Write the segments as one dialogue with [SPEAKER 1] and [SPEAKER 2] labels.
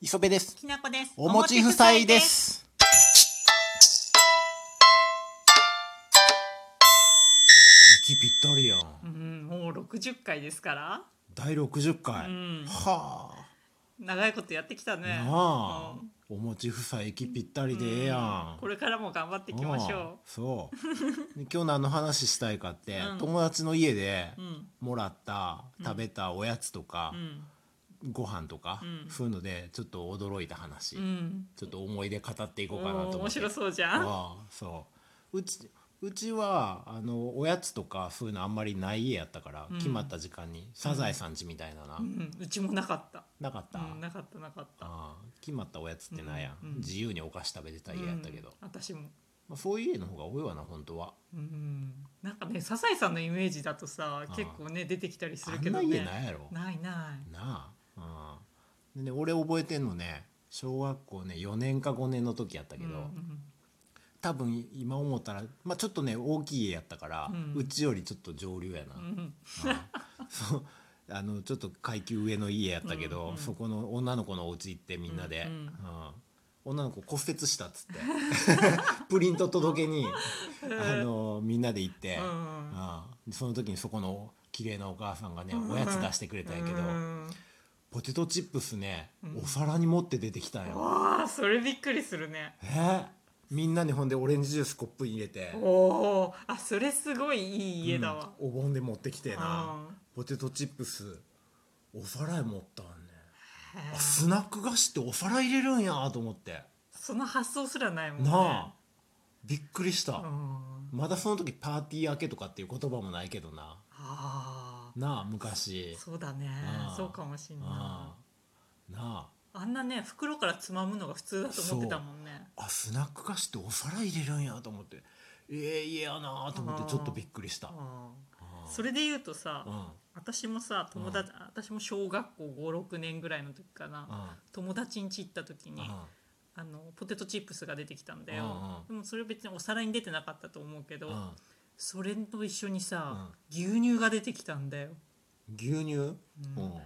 [SPEAKER 1] 磯部です。
[SPEAKER 2] きなこです。
[SPEAKER 1] おもち夫妻です。息ぴったりやん。
[SPEAKER 2] おもち夫妻です。うん、もう六十回ですから。
[SPEAKER 1] 第60回。
[SPEAKER 2] うん
[SPEAKER 1] はあ。
[SPEAKER 2] 長いことやってきたね。
[SPEAKER 1] なあ、おもち夫妻息ぴったりでええや
[SPEAKER 2] うん
[SPEAKER 1] ん。
[SPEAKER 2] これからも頑張っていきまし
[SPEAKER 1] うん
[SPEAKER 2] ょ
[SPEAKER 1] そう。で今日何の話したいかって、
[SPEAKER 2] うん
[SPEAKER 1] 友達の家で
[SPEAKER 2] う。うん。
[SPEAKER 1] もらった食べたおやつとか
[SPEAKER 2] う、ん。
[SPEAKER 1] ご飯とか、
[SPEAKER 2] うん
[SPEAKER 1] そういうのでちょっと驚いた話、
[SPEAKER 2] うん。
[SPEAKER 1] ちょっと思い出語ってい
[SPEAKER 2] お
[SPEAKER 1] こうかなと思っ
[SPEAKER 2] ー
[SPEAKER 1] て。
[SPEAKER 2] 面白そうじゃん。
[SPEAKER 1] ああそううちうちはあのおやつとかそういうのあんまりない家やったから、
[SPEAKER 2] うん
[SPEAKER 1] 決まった時間にサザエさん家みたいなな、
[SPEAKER 2] うん、うちもなかった。
[SPEAKER 1] なかった、
[SPEAKER 2] うん、
[SPEAKER 1] あ
[SPEAKER 2] なかった、なかった。
[SPEAKER 1] あ決まったおやつってなんや、
[SPEAKER 2] うんうん
[SPEAKER 1] 自由にお菓子食べてた家やったけど、
[SPEAKER 2] うん私も。
[SPEAKER 1] まあ、そういう家の方が多いわな本当は
[SPEAKER 2] うん。なんかね、サザエさんのイメージだとさ、
[SPEAKER 1] あ
[SPEAKER 2] 結構ね、出てきたりす
[SPEAKER 1] あ
[SPEAKER 2] る
[SPEAKER 1] ん
[SPEAKER 2] けど
[SPEAKER 1] な
[SPEAKER 2] ね。
[SPEAKER 1] 家ないやろ
[SPEAKER 2] ないない。
[SPEAKER 1] なあ、うん、でね俺覚えてんのね小学校ね4年か5年の時やったけど、
[SPEAKER 2] うん
[SPEAKER 1] 多分今思ったら、まあ、ちょっとね大きい家やったから、
[SPEAKER 2] うん
[SPEAKER 1] うちよりちょっと上流やな、
[SPEAKER 2] うんうん
[SPEAKER 1] そう あのちょっと階級上の家やったけど、
[SPEAKER 2] うんうん
[SPEAKER 1] そこの女の子のお家行ってみんなで、
[SPEAKER 2] うんうん
[SPEAKER 1] うん女の子骨折したっつって プリント届けにあのみんなで行って、
[SPEAKER 2] う
[SPEAKER 1] うん
[SPEAKER 2] ん
[SPEAKER 1] その時にそこの綺麗なお母さんがね、
[SPEAKER 2] うん
[SPEAKER 1] おやつ出してくれたんやけど、
[SPEAKER 2] うん
[SPEAKER 1] ポテトチップスね、
[SPEAKER 2] うん
[SPEAKER 1] お皿に持って出てきたんよ。
[SPEAKER 2] わあ、それびっくりするね。
[SPEAKER 1] えーみんなにほんでオレンジジュースコップに入れて、
[SPEAKER 2] おお、あ、それすごいいい家だわ。
[SPEAKER 1] うんお盆で持ってきてな
[SPEAKER 2] うん
[SPEAKER 1] ポテトチップスお皿へ持ったんね
[SPEAKER 2] へえ
[SPEAKER 1] あスナック菓子ってお皿入れるんやと思って、
[SPEAKER 2] その発想すらないもんね。
[SPEAKER 1] なあびっくりした、
[SPEAKER 2] うん
[SPEAKER 1] まだその時パーティー明けとかっていう言葉もないけどな
[SPEAKER 2] あ
[SPEAKER 1] なあ
[SPEAKER 2] あ、
[SPEAKER 1] 昔
[SPEAKER 2] そうだね
[SPEAKER 1] う。ん
[SPEAKER 2] そうかもしん
[SPEAKER 1] ああ
[SPEAKER 2] な
[SPEAKER 1] なあ
[SPEAKER 2] い。あんなね、袋からつまむのが普通だと思ってたもんね。
[SPEAKER 1] あスナック菓子ってお皿入れるんやと思ってええ家やなと思ってちょっとびっくりした、
[SPEAKER 2] うん
[SPEAKER 1] あ
[SPEAKER 2] それで言うとさ
[SPEAKER 1] う、んうん
[SPEAKER 2] 私もさ、友達、私も小学校5、6年ぐらいの時か
[SPEAKER 1] う
[SPEAKER 2] な。
[SPEAKER 1] ん
[SPEAKER 2] 友達ん家行った時に、
[SPEAKER 1] う
[SPEAKER 2] あのポテトチップスが出てきたんだ
[SPEAKER 1] うんう
[SPEAKER 2] よ
[SPEAKER 1] ん。
[SPEAKER 2] でもそれ別にお皿に出てなかったと思うけど。
[SPEAKER 1] んうん
[SPEAKER 2] それと一緒にさ、牛乳が出てきたんだよ、
[SPEAKER 1] 牛乳、うん
[SPEAKER 2] うん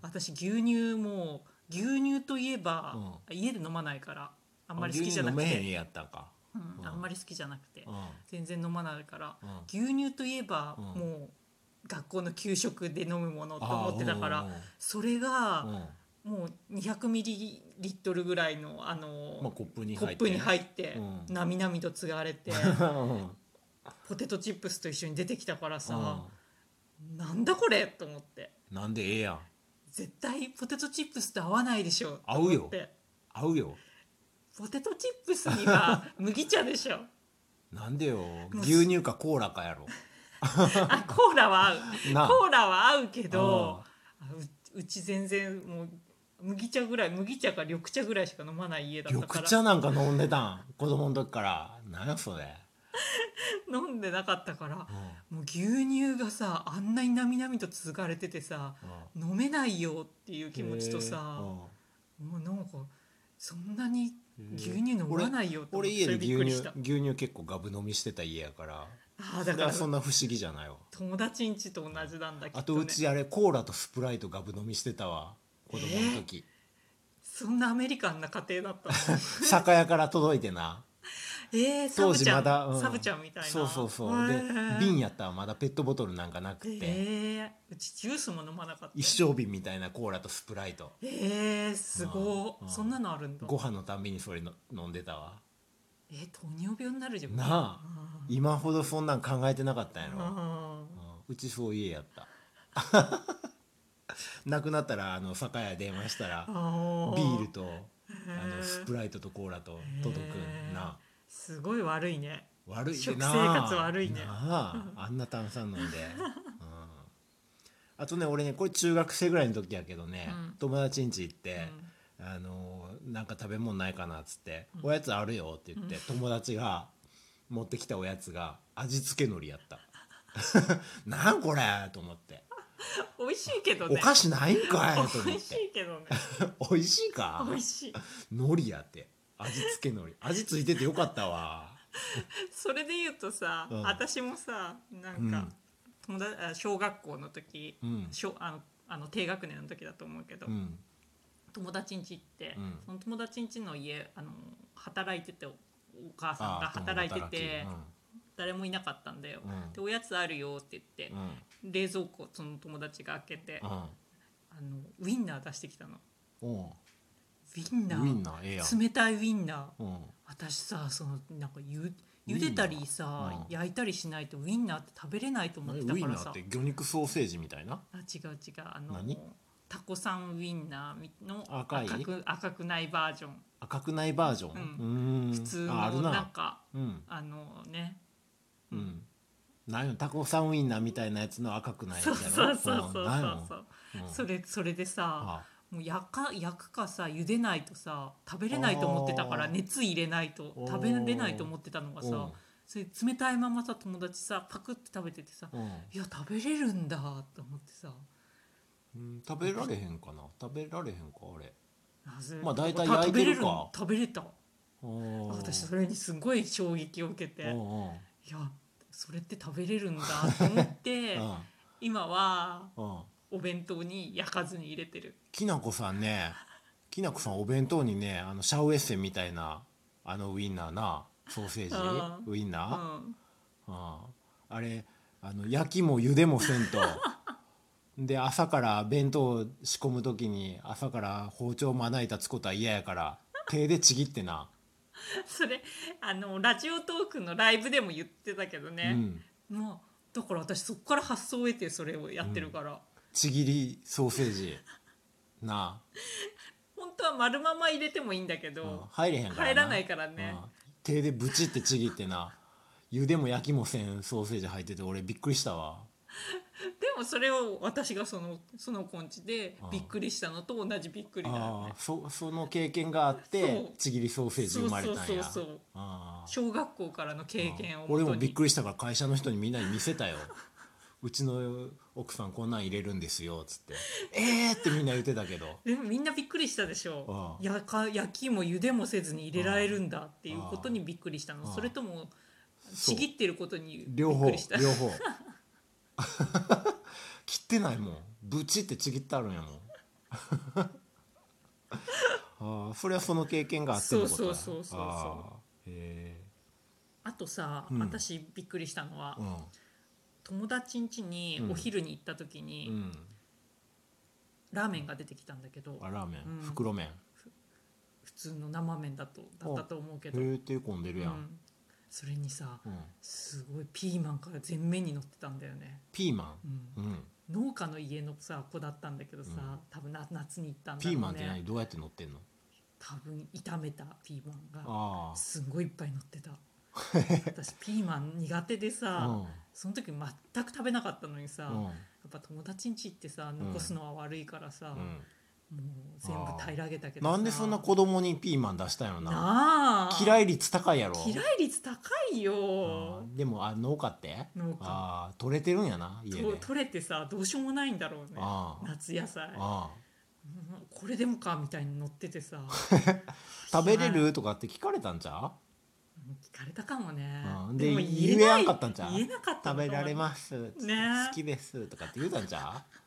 [SPEAKER 2] 私牛乳もう牛乳といえば、家で飲まないからあ
[SPEAKER 1] あ
[SPEAKER 2] んまり好きじゃなく
[SPEAKER 1] 牛乳飲めへん
[SPEAKER 2] て、
[SPEAKER 1] 家やったんか、
[SPEAKER 2] うん
[SPEAKER 1] うん
[SPEAKER 2] あんまり好きじゃなくて、
[SPEAKER 1] うん
[SPEAKER 2] 全然飲まないから、
[SPEAKER 1] うん
[SPEAKER 2] 牛乳といえば、
[SPEAKER 1] うん
[SPEAKER 2] もう学校の給食で飲むものと思ってたから、
[SPEAKER 1] あー
[SPEAKER 2] それ
[SPEAKER 1] うんうん
[SPEAKER 2] が
[SPEAKER 1] うん
[SPEAKER 2] もう200ミリリットルぐらいのあの、
[SPEAKER 1] まあ、コップに
[SPEAKER 2] コ
[SPEAKER 1] 入っ
[SPEAKER 2] ッ
[SPEAKER 1] て
[SPEAKER 2] プに入って、
[SPEAKER 1] うん
[SPEAKER 2] なみなみと継が れて
[SPEAKER 1] うん
[SPEAKER 2] ポテトチップスと一緒に出てきたからさ、
[SPEAKER 1] うん
[SPEAKER 2] なんだこれと思って
[SPEAKER 1] なんでええやん
[SPEAKER 2] 絶対ポテトチップスと合わないでしょ
[SPEAKER 1] 合うよ
[SPEAKER 2] と思って
[SPEAKER 1] 合うよ
[SPEAKER 2] ポテトチップス には麦茶でしょ
[SPEAKER 1] なんでよ
[SPEAKER 2] う
[SPEAKER 1] 牛乳かコーラかやろ
[SPEAKER 2] あコーラは合う
[SPEAKER 1] なあ
[SPEAKER 2] コーラは合うけどあううち全然もう麦茶ぐらい麦茶か緑茶ぐらいしか飲まない家だったか
[SPEAKER 1] 緑
[SPEAKER 2] ら
[SPEAKER 1] 茶なんか飲んでたん子供の時からなんやそれ、
[SPEAKER 2] 飲んでなかったから
[SPEAKER 1] うん
[SPEAKER 2] もう牛乳がさあんなになみなみと続かれててさ
[SPEAKER 1] うん
[SPEAKER 2] 飲めないよっていう気持ちとさも
[SPEAKER 1] へ
[SPEAKER 2] うなんかそんなに
[SPEAKER 1] ーうん
[SPEAKER 2] 牛乳飲まないよって思っ
[SPEAKER 1] 俺
[SPEAKER 2] て
[SPEAKER 1] 家
[SPEAKER 2] そ
[SPEAKER 1] で
[SPEAKER 2] れびっくり
[SPEAKER 1] 牛
[SPEAKER 2] し
[SPEAKER 1] 乳
[SPEAKER 2] た
[SPEAKER 1] 牛乳結構ガブ飲みしてた家やから
[SPEAKER 2] ああ
[SPEAKER 1] だ
[SPEAKER 2] だ
[SPEAKER 1] か
[SPEAKER 2] からら
[SPEAKER 1] そんな不思議じゃないわ
[SPEAKER 2] 友達ん家と同じなんだけど、ね、
[SPEAKER 1] あとうちあれコーラとスプライトガブ飲みしてたわ子供の時、
[SPEAKER 2] そんなアメリカンな家庭だった の
[SPEAKER 1] 酒屋から届いてな
[SPEAKER 2] えー、サ
[SPEAKER 1] 当
[SPEAKER 2] ブち
[SPEAKER 1] 時
[SPEAKER 2] ゃん、
[SPEAKER 1] まだ、うん
[SPEAKER 2] サブちゃんみたいな
[SPEAKER 1] そうそうそう、
[SPEAKER 2] へ
[SPEAKER 1] で
[SPEAKER 2] ー
[SPEAKER 1] 瓶やったらまだペットボトルなんかなく
[SPEAKER 2] え
[SPEAKER 1] て、
[SPEAKER 2] ーうちジュースも飲まなかった
[SPEAKER 1] 一生瓶みたいなコーラとスプライト
[SPEAKER 2] えー、すご
[SPEAKER 1] うん
[SPEAKER 2] い
[SPEAKER 1] うん
[SPEAKER 2] そんなのあるんだ
[SPEAKER 1] ご飯のたんびにそれの飲んでたわ
[SPEAKER 2] えー、糖尿病になるじゃん
[SPEAKER 1] な今ほどそんなん考えてなかったんやろ、
[SPEAKER 2] あ
[SPEAKER 1] うんうちそういう家やった 亡くなったらあの酒屋電話したら
[SPEAKER 2] あー
[SPEAKER 1] ビールとあ
[SPEAKER 2] へ
[SPEAKER 1] の
[SPEAKER 2] ー
[SPEAKER 1] スプライトとコーラと届くんな
[SPEAKER 2] すごい悪いね
[SPEAKER 1] 悪いで
[SPEAKER 2] 食
[SPEAKER 1] な
[SPEAKER 2] 生活悪いね
[SPEAKER 1] なああんな炭酸飲んで、うん、あとね俺ねこれ中学生ぐらいの時やけどね、
[SPEAKER 2] うん
[SPEAKER 1] 友達ん家行って、あのーなんか食べ物ないかなっつって「おやつあるよ」って言って、友達が持ってきたおやつが味付け海苔や った「なんこれ!」と思って
[SPEAKER 2] うん美味しい
[SPEAKER 1] 「
[SPEAKER 2] けど
[SPEAKER 1] お
[SPEAKER 2] ね
[SPEAKER 1] 菓子ないんかい!」と
[SPEAKER 2] 美
[SPEAKER 1] 思っ
[SPEAKER 2] 味していけどね
[SPEAKER 1] 「美味しいか
[SPEAKER 2] 美味しい
[SPEAKER 1] 海苔やって味付け海苔味付いててよかったわ
[SPEAKER 2] それで言うとさ、
[SPEAKER 1] うん
[SPEAKER 2] 私もさなんか、友達あ小学校の時、
[SPEAKER 1] うん
[SPEAKER 2] 小あのあの低学年の時だと思うけど、
[SPEAKER 1] うん
[SPEAKER 2] 友達ん家行って、
[SPEAKER 1] うん
[SPEAKER 2] その友達ん家の家あの働いてておお母さんが
[SPEAKER 1] あー
[SPEAKER 2] 働いてて
[SPEAKER 1] 共
[SPEAKER 2] 誰もいなかったんだよ、
[SPEAKER 1] うん
[SPEAKER 2] でおやつあるよって言って
[SPEAKER 1] 働きうん、
[SPEAKER 2] 冷蔵庫その友達が開けて、あのウインナー出してきたの
[SPEAKER 1] うんうん、おう
[SPEAKER 2] ウインナー
[SPEAKER 1] ウインナーええやん、
[SPEAKER 2] 冷たいウインナー
[SPEAKER 1] うん、
[SPEAKER 2] 私さそのなんかゆ
[SPEAKER 1] ウインナ
[SPEAKER 2] 茹
[SPEAKER 1] ー
[SPEAKER 2] でたりさ、
[SPEAKER 1] うん
[SPEAKER 2] 焼いたりしないとウインナーって食べれないと思って
[SPEAKER 1] え
[SPEAKER 2] た
[SPEAKER 1] ウイ
[SPEAKER 2] か
[SPEAKER 1] ンナ
[SPEAKER 2] ら
[SPEAKER 1] ー
[SPEAKER 2] さ
[SPEAKER 1] って魚肉ソーセージみたいな
[SPEAKER 2] あ違う違うあの
[SPEAKER 1] 何
[SPEAKER 2] タコさんウインナーの
[SPEAKER 1] 赤い
[SPEAKER 2] く赤くないバージョン
[SPEAKER 1] 赤くないバージョン、
[SPEAKER 2] う
[SPEAKER 1] うーん
[SPEAKER 2] 普通
[SPEAKER 1] ああ
[SPEAKER 2] の
[SPEAKER 1] る
[SPEAKER 2] なん
[SPEAKER 1] な
[SPEAKER 2] か
[SPEAKER 1] うん
[SPEAKER 2] あのね
[SPEAKER 1] う
[SPEAKER 2] うん
[SPEAKER 1] んなんやタコさんウインナーみたいなやつの赤くないやつ
[SPEAKER 2] そう
[SPEAKER 1] や
[SPEAKER 2] そう
[SPEAKER 1] ろ
[SPEAKER 2] そうそうそ
[SPEAKER 1] ん
[SPEAKER 2] う
[SPEAKER 1] なんや
[SPEAKER 2] そ
[SPEAKER 1] ろ
[SPEAKER 2] う
[SPEAKER 1] うん
[SPEAKER 2] それそれでさ
[SPEAKER 1] あ
[SPEAKER 2] もう焼か焼くかさ茹でないとさ食べれないと思ってたから
[SPEAKER 1] あー
[SPEAKER 2] 熱入れないと
[SPEAKER 1] おー
[SPEAKER 2] 食べれないと思ってたのが
[SPEAKER 1] うん
[SPEAKER 2] さそれ冷たいままさ友達さパクって食べててさ
[SPEAKER 1] うん
[SPEAKER 2] いや食べれるんだと思ってさ
[SPEAKER 1] うん食べられへんかな食べられへんかあれ
[SPEAKER 2] なぜ
[SPEAKER 1] まあ大体焼いてるか
[SPEAKER 2] 食べれる食べれた
[SPEAKER 1] おー
[SPEAKER 2] 私それにすごい衝撃を受けて
[SPEAKER 1] うんうん
[SPEAKER 2] いやそれって食べれるんだと思って
[SPEAKER 1] うん
[SPEAKER 2] 今は
[SPEAKER 1] うん
[SPEAKER 2] お弁当に焼かずに入れてる
[SPEAKER 1] きなこさんねきなこさんお弁当にねあのシャウエッセンみたいなあのウインナーなソーセージ
[SPEAKER 2] あー
[SPEAKER 1] ウインナ
[SPEAKER 2] う
[SPEAKER 1] ー、
[SPEAKER 2] ん
[SPEAKER 1] あああれあの焼きも茹でもせんと で朝から弁当仕込む時に朝から包丁まな板つことは嫌やから手でちぎってな、
[SPEAKER 2] それあのラジオトークのライブでも言ってたけど
[SPEAKER 1] う
[SPEAKER 2] ね、
[SPEAKER 1] ん、
[SPEAKER 2] もうだから私そこから発想を得てそれをやってるから、
[SPEAKER 1] ちぎりソーセージな
[SPEAKER 2] 本当は丸まま入れてもいいんだけ
[SPEAKER 1] あ、うん
[SPEAKER 2] ど、
[SPEAKER 1] 入れへんからな
[SPEAKER 2] 入らないからね
[SPEAKER 1] うん手でブチってちぎってな茹でも焼きもせんソーセージ入ってて俺びっくりしたわ
[SPEAKER 2] でもそれを私がそのその根治でびっくりしたのと同じびっくりだよ
[SPEAKER 1] あ
[SPEAKER 2] ね
[SPEAKER 1] あそその経験があって
[SPEAKER 2] そう
[SPEAKER 1] ちぎりソーセージ生まれたんや
[SPEAKER 2] そうそうそうそう
[SPEAKER 1] ああ
[SPEAKER 2] 小学校からの経験を
[SPEAKER 1] 俺
[SPEAKER 2] もと
[SPEAKER 1] もびっ
[SPEAKER 2] に
[SPEAKER 1] くりしたから会社の人にみんなに見せた ようちの奥さんこんなん入れるんですよっつって「えー!」ってみんな言ってたけど
[SPEAKER 2] でもみんなびっくりしたでしょ
[SPEAKER 1] ああ
[SPEAKER 2] 焼か焼きも茹でもせずに入れられるんだっていうことにびっくりしたの
[SPEAKER 1] ああ
[SPEAKER 2] それとも
[SPEAKER 1] そ
[SPEAKER 2] ち
[SPEAKER 1] う
[SPEAKER 2] ぎってることにび
[SPEAKER 1] 両
[SPEAKER 2] っ
[SPEAKER 1] 方
[SPEAKER 2] くりした
[SPEAKER 1] 両 方 切ってないもんブチってちぎってあるんや もんああそれはその経験があってのことや
[SPEAKER 2] そうそうそうそうそう
[SPEAKER 1] ああへ
[SPEAKER 2] あとさ、
[SPEAKER 1] うん
[SPEAKER 2] 私びっくりしたのは、
[SPEAKER 1] えうん
[SPEAKER 2] 友達ん家にお昼に行った時に、
[SPEAKER 1] うん
[SPEAKER 2] ラーメンが出てきたんだけど
[SPEAKER 1] あラーメン、
[SPEAKER 2] うん
[SPEAKER 1] 袋麺へ
[SPEAKER 2] 普通の生麺だとだったと思うけ
[SPEAKER 1] え
[SPEAKER 2] ど、
[SPEAKER 1] 手込んでるや、
[SPEAKER 2] うんんそれにさ
[SPEAKER 1] うん
[SPEAKER 2] すごいピーマンから全面に乗ってたんだよね、
[SPEAKER 1] ピーマ
[SPEAKER 2] う
[SPEAKER 1] ン、
[SPEAKER 2] ん
[SPEAKER 1] うん、
[SPEAKER 2] 農家の家のさ子だったんだけどさ、
[SPEAKER 1] うん
[SPEAKER 2] 多分な夏に行ったんだろ
[SPEAKER 1] ピ
[SPEAKER 2] うね
[SPEAKER 1] ーマンって何どうやって乗ってんの
[SPEAKER 2] 多分炒めたピーマンが
[SPEAKER 1] あ
[SPEAKER 2] すんごいいっぱい乗っ てた私ピーマン苦手で
[SPEAKER 1] あ
[SPEAKER 2] さ、その時全く食べなかったのにさ、
[SPEAKER 1] うん
[SPEAKER 2] や
[SPEAKER 1] うん
[SPEAKER 2] っぱ友達ん家行ってさ
[SPEAKER 1] ん
[SPEAKER 2] 残すのは悪いからさ、
[SPEAKER 1] う
[SPEAKER 2] もう全部平らげたけ
[SPEAKER 1] ん、
[SPEAKER 2] どさ
[SPEAKER 1] なんでそんな子供にピーマン出したんやろな
[SPEAKER 2] なあ
[SPEAKER 1] 嫌い率高いやろ
[SPEAKER 2] 嫌い率高い
[SPEAKER 1] あ
[SPEAKER 2] よ
[SPEAKER 1] ーでもあ農家って
[SPEAKER 2] 農家
[SPEAKER 1] あー取れてるんやな家で
[SPEAKER 2] と取れてさどうしようもないんだろうね
[SPEAKER 1] ああ
[SPEAKER 2] 夏野菜
[SPEAKER 1] あ
[SPEAKER 2] うんこれでもかみたいに乗っててさ
[SPEAKER 1] ー食べれ
[SPEAKER 2] いや
[SPEAKER 1] るとかって聞かれたんちゃ
[SPEAKER 2] 聞かれたかもね
[SPEAKER 1] うんで
[SPEAKER 2] も
[SPEAKER 1] 言えなかったんちゃう
[SPEAKER 2] 言えなかっ
[SPEAKER 1] う
[SPEAKER 2] た
[SPEAKER 1] 食
[SPEAKER 2] のかも
[SPEAKER 1] べられますつって
[SPEAKER 2] ね
[SPEAKER 1] 好きですとかって言うたんちゃう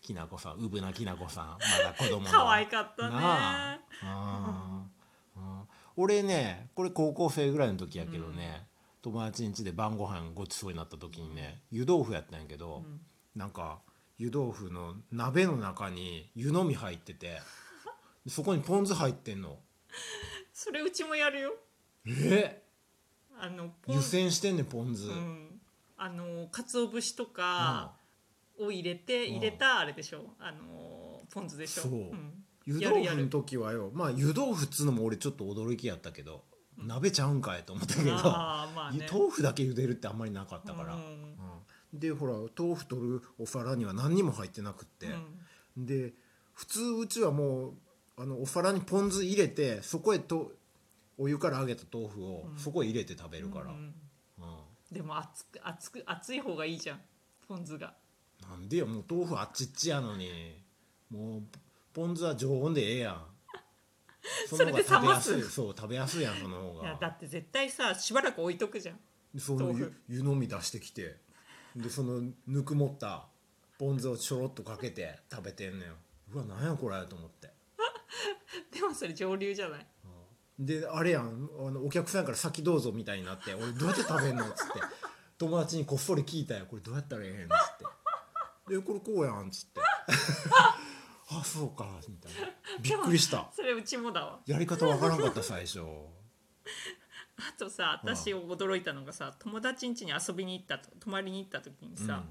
[SPEAKER 1] きなこさんうぶなきなこさんまだ子供の
[SPEAKER 2] 可愛かったね
[SPEAKER 1] なあうんうん俺ねこれ高校生ぐらいの時やけどね、友達ん家で晩ご飯ごちそうになった時にね湯豆腐やったんやけど、
[SPEAKER 2] ん
[SPEAKER 1] なんか湯豆腐の鍋の中に湯飲み入っててでそこにポン酢入ってんの
[SPEAKER 2] それうちもやるよ
[SPEAKER 1] え
[SPEAKER 2] あのポン
[SPEAKER 1] 湯煎してんねんポン酢、
[SPEAKER 2] うんあの鰹節とかを入れて
[SPEAKER 1] うん
[SPEAKER 2] 入れたあれでしょあのポン酢でしょ
[SPEAKER 1] そうん湯
[SPEAKER 2] やる
[SPEAKER 1] 豆
[SPEAKER 2] や
[SPEAKER 1] 腐
[SPEAKER 2] る
[SPEAKER 1] の時はよまあ湯豆腐っつうのも俺ちょっと驚きやったけど、鍋ちゃうんかいと思ったけど、
[SPEAKER 2] あーまあね
[SPEAKER 1] 湯豆腐だけ茹でるってあんまりなかったから、
[SPEAKER 2] うん
[SPEAKER 1] うんでほら豆腐取るお皿には何にも入ってなくって、
[SPEAKER 2] うん
[SPEAKER 1] で普通うちはもうあのお皿にポン酢入れてそこへとお湯から揚げた豆腐を
[SPEAKER 2] うん
[SPEAKER 1] そこへ入れて食べるから、
[SPEAKER 2] うんうん
[SPEAKER 1] う
[SPEAKER 2] でも熱く熱く熱い方がいいじゃんポン酢が
[SPEAKER 1] んなんでよもう豆腐あっちっちやのにもうポン酢は常温でええや んその方が
[SPEAKER 2] それで冷
[SPEAKER 1] 食べや
[SPEAKER 2] ます
[SPEAKER 1] いそう食べやすいやんその方
[SPEAKER 2] いや
[SPEAKER 1] が
[SPEAKER 2] だって絶対さしばらく置いとくじゃん
[SPEAKER 1] でその
[SPEAKER 2] 豆
[SPEAKER 1] 湯
[SPEAKER 2] 腐
[SPEAKER 1] 湯飲み出してきてでそのぬくもったポン酢をちょろっとかけて食べてんのようわなんやこれと思って
[SPEAKER 2] でもそれ上流じゃない
[SPEAKER 1] であれやんあのお客さんから先どうぞみたいになって俺どうやって食べんのっつって友達にこっそり聞いたよこれどうやったらええんっつってでこれこうやんっつって あそうかみたいなびっくりした
[SPEAKER 2] それうちもだわ
[SPEAKER 1] やり方わからんかった最初
[SPEAKER 2] あとさ私驚いたのがさ友達ん家に遊びに行ったと泊まりに行った時にさ、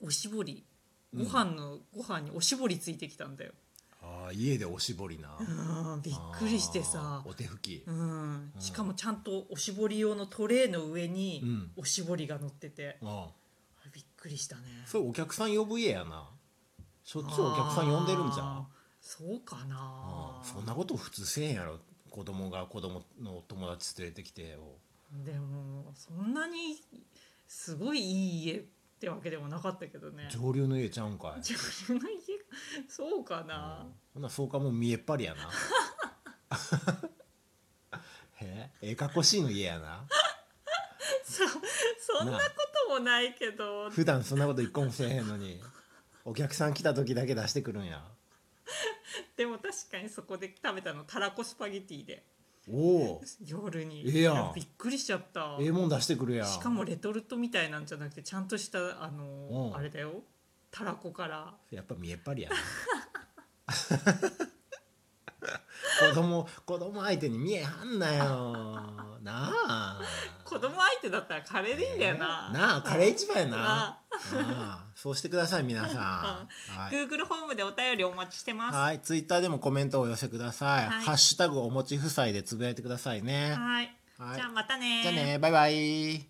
[SPEAKER 2] おしぼり
[SPEAKER 1] うん
[SPEAKER 2] ご飯の、ご飯におしぼりついてきたんだよ
[SPEAKER 1] うん、あー家でおしぼりな
[SPEAKER 2] うんびっくりして
[SPEAKER 1] あ
[SPEAKER 2] さ
[SPEAKER 1] ーお手拭き
[SPEAKER 2] うん、しかもちゃんとおしぼり用のトレーの上に
[SPEAKER 1] うん
[SPEAKER 2] おしぼりが乗ってて、
[SPEAKER 1] うん
[SPEAKER 2] あれびっくりしたね
[SPEAKER 1] それお客さん呼ぶ家やなしょっちゅうお客さん呼んでるんじゃん
[SPEAKER 2] あーそうかな
[SPEAKER 1] うんそんなこと普通せえへんやろ子供が子供の友達連れてきてよ
[SPEAKER 2] でもそんなにすごいいい家ってわけでもなかったけどね
[SPEAKER 1] 上流の家ちゃうんかい
[SPEAKER 2] 自分の家 そうかな、
[SPEAKER 1] ほなそうかもう見えっぱりやな へええかこしいの家やな
[SPEAKER 2] そそんなこともないけど
[SPEAKER 1] 普段そんなこと一個もせえへんのにお客さん来た時だけ出してくるん や
[SPEAKER 2] でも確かにそこで食べたのたらこスパゲティで
[SPEAKER 1] おお
[SPEAKER 2] 夜に
[SPEAKER 1] ええやん
[SPEAKER 2] いびっくりしちゃった
[SPEAKER 1] ええもん出してくるやん
[SPEAKER 2] しかもレトルトみたいなんじゃなくてちゃんとしたあの
[SPEAKER 1] うん
[SPEAKER 2] あれだよたらこから
[SPEAKER 1] やっぱ見えっぱりやな 子供子供相手に見えはんなよなあ
[SPEAKER 2] 子供相手だったらカレーでいいんだよな、
[SPEAKER 1] えーなあカレー一番やな
[SPEAKER 2] な
[SPEAKER 1] ああそうしてください皆さんはい
[SPEAKER 2] Google ホームでお便りお待ちしてます
[SPEAKER 1] はい、ツイッターでもコメントをお寄せください。
[SPEAKER 2] はい
[SPEAKER 1] ハッシュタグお持ち夫妻でつぶやいてくださいね。
[SPEAKER 2] はい
[SPEAKER 1] はい
[SPEAKER 2] じゃあまたね
[SPEAKER 1] じゃあね、バイバイ。